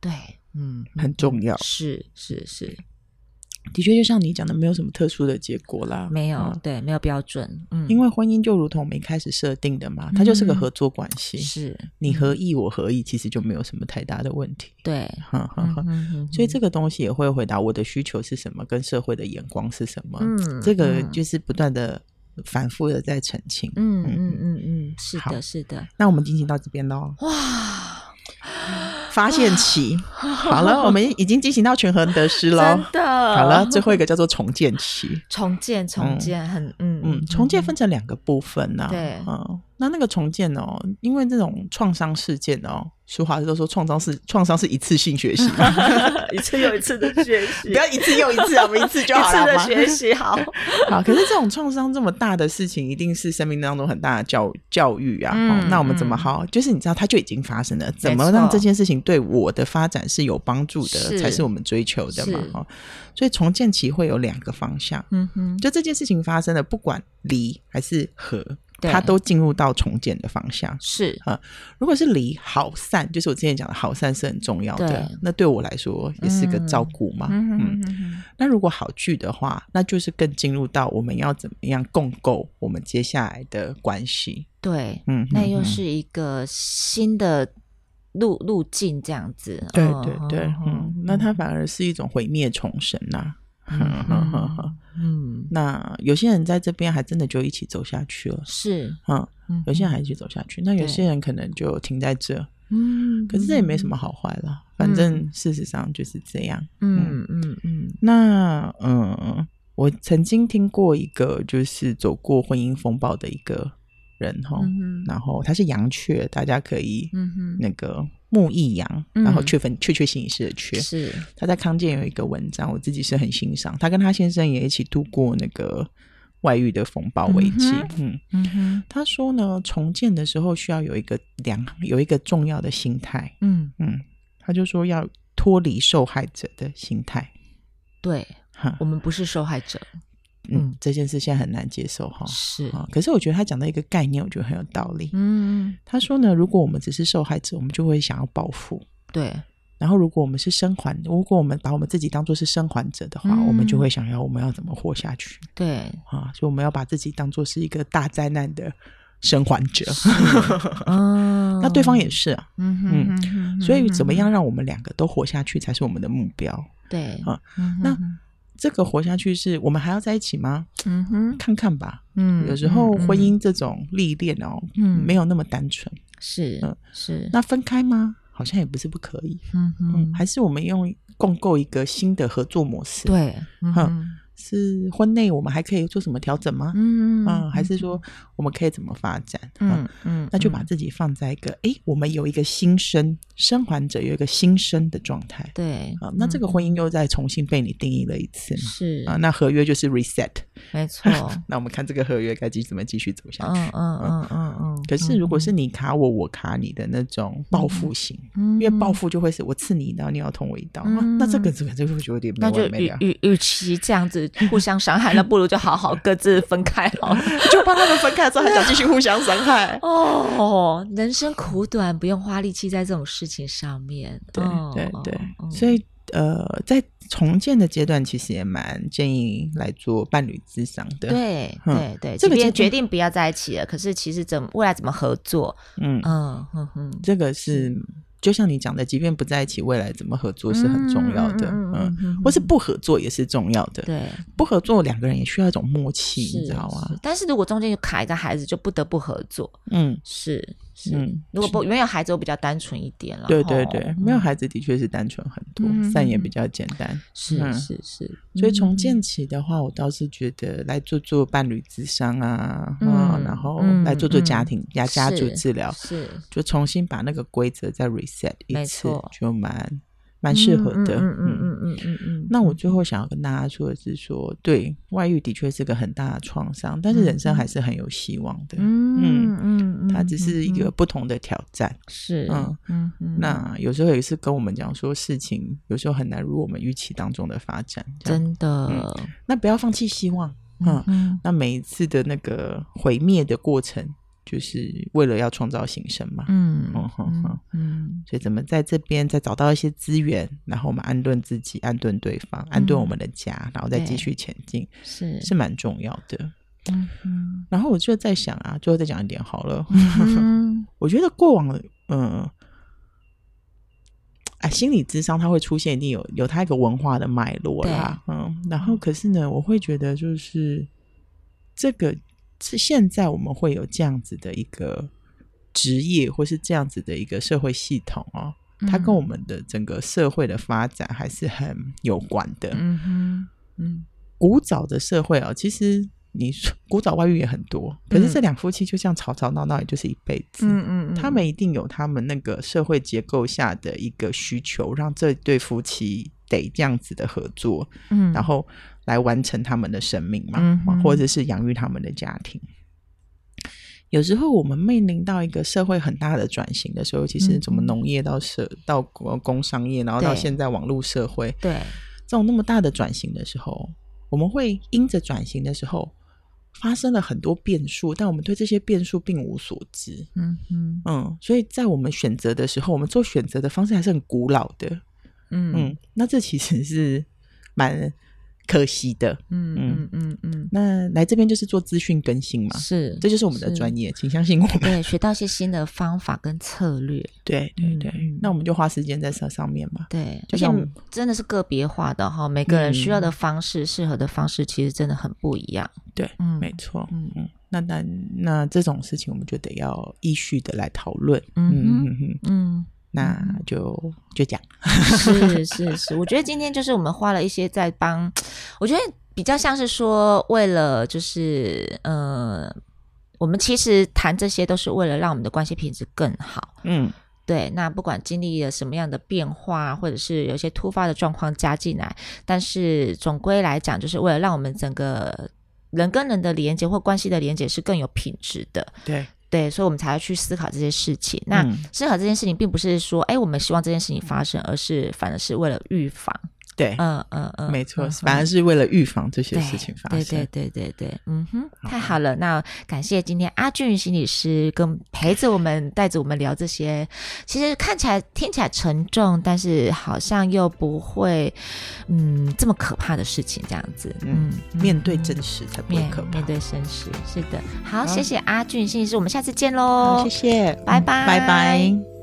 A: 对，嗯，
B: 很重要。
A: 是是是，
B: 的确，就像你讲的，没有什么特殊的结果啦，
A: 没有、
B: 嗯
A: 对，没有标准，嗯，
B: 因为婚姻就如同我们一开始设定的嘛，它就是个
A: 嗯
B: 合作关系，
A: 是嗯
B: 你
A: 和
B: 合意我合意，其实就没有什么太大的问题。
A: 对，
B: 哈哈
A: 嗯
B: 哈。
A: 嗯嗯
B: 所以这个东西也会回答我的需求是什么，跟社会的眼光是什么。
A: 嗯
B: 这个
A: 嗯
B: 就是不断的、反复的在澄清。
A: 嗯嗯嗯嗯，是的，
B: 好
A: 是的，
B: 那我们进行到这边喽，
A: 哇，
B: 发现期好了，我们已经进行到权衡得失
A: 真
B: 喽。
A: 的，
B: 好了，最后一个叫做重建期。
A: 重建重
B: 嗯
A: 建很嗯，
B: 嗯，重建分成两个部分呐、
A: 对
B: 嗯，那那个重建哦，因为这种创伤事件哦，俗话都说创伤是创伤是一次性学习嘛，
A: 一次又一次 的学习，
B: 不要一次又一次啊，我们一次就好了
A: 一
B: 嘛
A: 次的学习 好。
B: 好，可是这种创伤这么大的事情，一定是生命当中很大的教教育啊、
A: 嗯
B: 哦那我们怎么
A: 嗯
B: 好？就是你知道，它就已经发生了，怎
A: 错
B: 么让这件事情对我的发展是有帮助的，
A: 是
B: 才是我们追求的嘛
A: 是。
B: 哦，所以重建期会有两个方向，
A: 嗯哼，
B: 就这件事情发生了，不管离还是合，
A: 对
B: 它都进入到重建的方向。
A: 是
B: 如果是离好散，就是我之前讲的好散是很重要的
A: 对。
B: 那对我来说也是个照顾嘛。
A: 嗯哼
B: 嗯
A: 嗯哼
B: 那如果好聚的话，那就是更进入到我们要怎么样共构我们接下来的关系。
A: 对，
B: 嗯，
A: 那
B: 嗯
A: 又
B: 嗯
A: 是一个新的路路径这样子。
B: 对
A: 嗯
B: 对对，嗯，那它反而是一种毁灭重生呐、
A: 嗯
B: 啊。
A: 嗯
B: 那有些人在这边还真的就一起走下去了，
A: 是，
B: 嗯，
A: 嗯
B: 有些人还一起走下去，那有些人可能就停在这，
A: 嗯，
B: 可是这也没什么好坏啦，反正事实上就是这样。
A: 嗯，嗯嗯嗯
B: 那嗯，我曾经听过一个就是走过婚姻风暴的一个人哈，
A: 嗯哼
B: 然后他是羊雀，大家可以
A: 嗯哼，
B: 那个木易羊，
A: 嗯
B: 然后雀分雀雀心仪式的雀。
A: 是
B: 他在康健有一个文章，我自己是很欣赏。他跟他先生也一起度过那个外遇的风暴危机。
A: 嗯
B: 嗯，
A: 嗯哼
B: 他说呢，重建的时候需要有一个良，有一个重要的心态。
A: 嗯
B: 嗯，他就说要脱离受害者的心态。
A: 对，
B: 哈，
A: 我们不是受害者，
B: 嗯，这件事现在很难接受哈。
A: 是
B: 啊，可是我觉得他讲的一个概念，我觉得很有道理。
A: 嗯
B: 他说呢，如果我们只是受害者，我们就会想要报复；
A: 对，
B: 然后如果我们是生还，如果我们把我们自己当做是生还者的话，
A: 嗯
B: 我们就会想要我们要怎么活下去
A: 对，
B: 啊？所以我们要把自己当做是一个大灾难的生还者。
A: 嗯，
B: 那对方也是啊，
A: 嗯哼，
B: 嗯
A: 嗯哼，嗯
B: 所以怎么
A: 哼？
B: 样让我们两个都活下去才是我们的目标。
A: 对，
B: 啊
A: 嗯哼
B: 那这个活下去是我们还要在一起吗？
A: 嗯哼，
B: 看看吧。
A: 嗯，
B: 有时候
A: 嗯
B: 婚
A: 嗯
B: 姻这种历练哦，
A: 嗯
B: 没有那么单纯。
A: 是
B: 嗯
A: 是，
B: 那分开吗？好像也不是不可以。
A: 嗯
B: 嗯，
A: 哼，
B: 还是我们用共构一个新的合作模式。，
A: 对，嗯
B: 哼
A: 哼
B: 是婚内我们还可以做什么调整吗？
A: 嗯
B: 嗯，还是说我们可以怎么发展？啊
A: 嗯，嗯，
B: 那就把
A: 嗯
B: 自己放在一个诶，我们有一个新生生还者有一个新生的状态
A: 对嗯
B: 啊、那这个婚姻又再重新被你定义了一次嘛？
A: 是
B: 啊、那合约就是 reset。
A: 没 错，
B: 那我们看这个合约该继怎么继续走下
A: 嗯
B: 去。
A: 嗯嗯嗯嗯，
B: 啊可是，如果是你卡我，我卡你的那种报复型，
A: 因
B: 因为报复就会是我刺你一刀，你要捅我一刀，啊
A: 嗯
B: 那这个这个就会觉得有点没
A: 那就
B: 完没
A: 与
B: 了。
A: 与与其这样 子互相伤害，那不如就好好各自分开好了。。
B: 就怕他们分开的时候 还想继续互相伤害
A: 哦，人生苦短，不用花力气在这种事情上面。
B: 对
A: 哦
B: 对
A: 哦
B: 对，
A: 哦
B: 所以呃，在重建的阶段，其实也蛮建议来做伴侣智商的。，
A: 对
B: 嗯
A: 对对，
B: 这
A: 这
B: 个
A: 边
B: 阶段
A: 决定不要在一起了，可是其实怎么未来怎么合作？
B: 嗯，
A: 嗯哼哼，
B: 这个是就像你讲的，即便不在一起，未来怎么合作是很重要的。
A: 嗯嗯嗯嗯
B: 嗯
A: 嗯嗯，
B: 或是不合作也是重要的。
A: 对，
B: 不合作两个人也需要一种默契，
A: 是
B: 你知道吗
A: 是？但是如果中间有卡一个孩子，就不得不合作。
B: 嗯。
A: 是是，
B: 嗯
A: 如果不没有孩子，我比较单纯一点了。
B: 对对
A: 吼
B: 对，没有孩子的确是单纯很多，
A: 嗯
B: 散也比较简单。
A: 是
B: 嗯
A: 是是，
B: 所以重
A: 嗯
B: 建起的话，我倒是觉得来做做伴侣智商啊，
A: 嗯
B: 嗯，然后来做做家庭家、家族
A: 是
B: 治疗，
A: 是
B: 就重新把那个规则再 reset 一
A: 没
B: 次
A: 错，
B: 就蛮蛮适合的。
A: 嗯嗯嗯嗯嗯嗯。
B: 那我最后想要跟大家说的是说，对外遇的确是个很大的创伤，但是人生还是很有希望的。
A: 嗯嗯嗯，
B: 它只是一个
A: 嗯
B: 不同的挑战。
A: 是
B: 嗯
A: 嗯嗯，
B: 那有时候也是跟我们讲说，事情有时候很难如我们预期当中的发展。这样
A: 真的
B: 那不要放弃希望，嗯。
A: 嗯
B: 那每一次的那个毁灭的过程，就是为了要创造新生嘛。
A: 嗯
B: 嗯哼哼
A: 嗯
B: 所以怎么在这边再找到一些资源，然后我们安顿自己、安顿对方、安顿我们的家，然后再继续前进，
A: 是
B: 是蛮重要的。
A: 嗯嗯
B: 然后我就在想啊，最后再讲一点好了。
A: 嗯
B: 我觉得过往的，嗯，哎，心理智商它会出现，一定有有它一个文化的脉络啦，嗯，然后可是呢，我会觉得就是这个是现在我们会有这样子的一个职业，或是这样子的一个社会系统哦，
A: 嗯
B: 它跟我们的整个社会的发展还是很有关的。
A: 嗯哼嗯
B: 古早的社会哦，其实你说古早外遇也很多，可是这两夫妻就这样吵吵闹闹，也就是一辈子。
A: 嗯嗯嗯，
B: 他们一定有他们那个社会结构下的一个需求，让这对夫妻得这样子的合作，
A: 嗯，
B: 然后来完成他们的生命嘛，
A: 嗯哼
B: 或者是养育他们的家庭。有时候我们面临到一个社会很大的转型的时候，其实
A: 嗯
B: 从农业到社到工工商业，然后到
A: 对
B: 现在网络社会，
A: 对，
B: 这种那么大的转型的时候，我们会因着转型的时候发生了很多变数，但我们对这些变数并无所知。
A: 嗯嗯
B: 嗯，所以在我们选择的时候，我们做选择的方式还是很古老的。
A: 嗯
B: 嗯，那这其实是蛮可惜的。
A: 嗯嗯嗯嗯，
B: 那来这边就是做资讯更新嘛，
A: 是，
B: 这就是我们的专业，请相信我们。
A: 对，学到一些新的方法跟策略，
B: 对对对，
A: 嗯
B: 那我们就花时间在这上面嘛。
A: 对，
B: 就
A: 而且
B: 像
A: 我
B: 我
A: 们真的是个别化的哈，每个人需要
B: 嗯
A: 的方式、适合的方式，其实真的很不一样。
B: 对，
A: 嗯
B: 没错。
A: 嗯
B: 嗯，那那那这种事情，我们就得要依序的来讨论。
A: 嗯
B: 嗯
A: 哼
B: 嗯嗯，
A: 嗯，
B: 那就就讲。
A: 是是是，我觉得今天就是我们花了一些在帮，我觉得比较像是说为了就是呃，我们其实谈这些都是为了让我们的关系品质更好。
B: 嗯，
A: 对，那不管经历了什么样的变化，或者是有一些突发的状况加进来，但是总归来讲，就是为了让我们整个人跟人的连接或关系的连接是更有品质的。
B: 对，
A: 对，所以我们才要去思考这些事情。那、
B: 嗯
A: 思考这件事情，并不是说，哎，我们希望这件事情发生，而是反而是为了预防。
B: 对，
A: 嗯嗯嗯，
B: 没错，
A: 嗯
B: 反而是为了预防这些
A: 对
B: 事情发
A: 对
B: 生
A: 对。对对对，嗯哼，太好了。那感谢今天阿俊心理师跟陪着我们，带着我们聊这些，其实看起来听起来沉重，但是好像又不会，嗯，这么可怕的事情这样子。嗯
B: 嗯，面对真实才不会
A: 面
B: 可怕
A: 面。对生死，是的。好，
B: 好
A: 谢谢阿俊心理师，我们下次见
B: 好
A: 喽，
B: 谢谢，
A: 哦拜
B: 嗯拜拜。